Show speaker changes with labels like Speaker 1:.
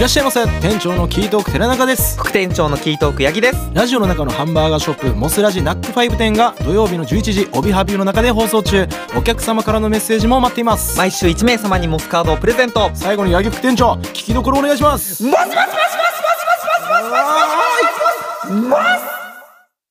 Speaker 1: らっしゃいませ店長のキートーク寺中です
Speaker 2: 副店長のキートーク八木です
Speaker 1: ラジオの中のハンバーガーショップモスラジナックファイブ店が土曜日の11時帯ハビューの中で放送中お客様からのメッセージも待っています、
Speaker 2: 毎週1名様にモスカードをプレゼント
Speaker 1: 最後に八木副店長聞きどころお願いします
Speaker 2: モスモスモスモスモスモスモスモスモスモスモス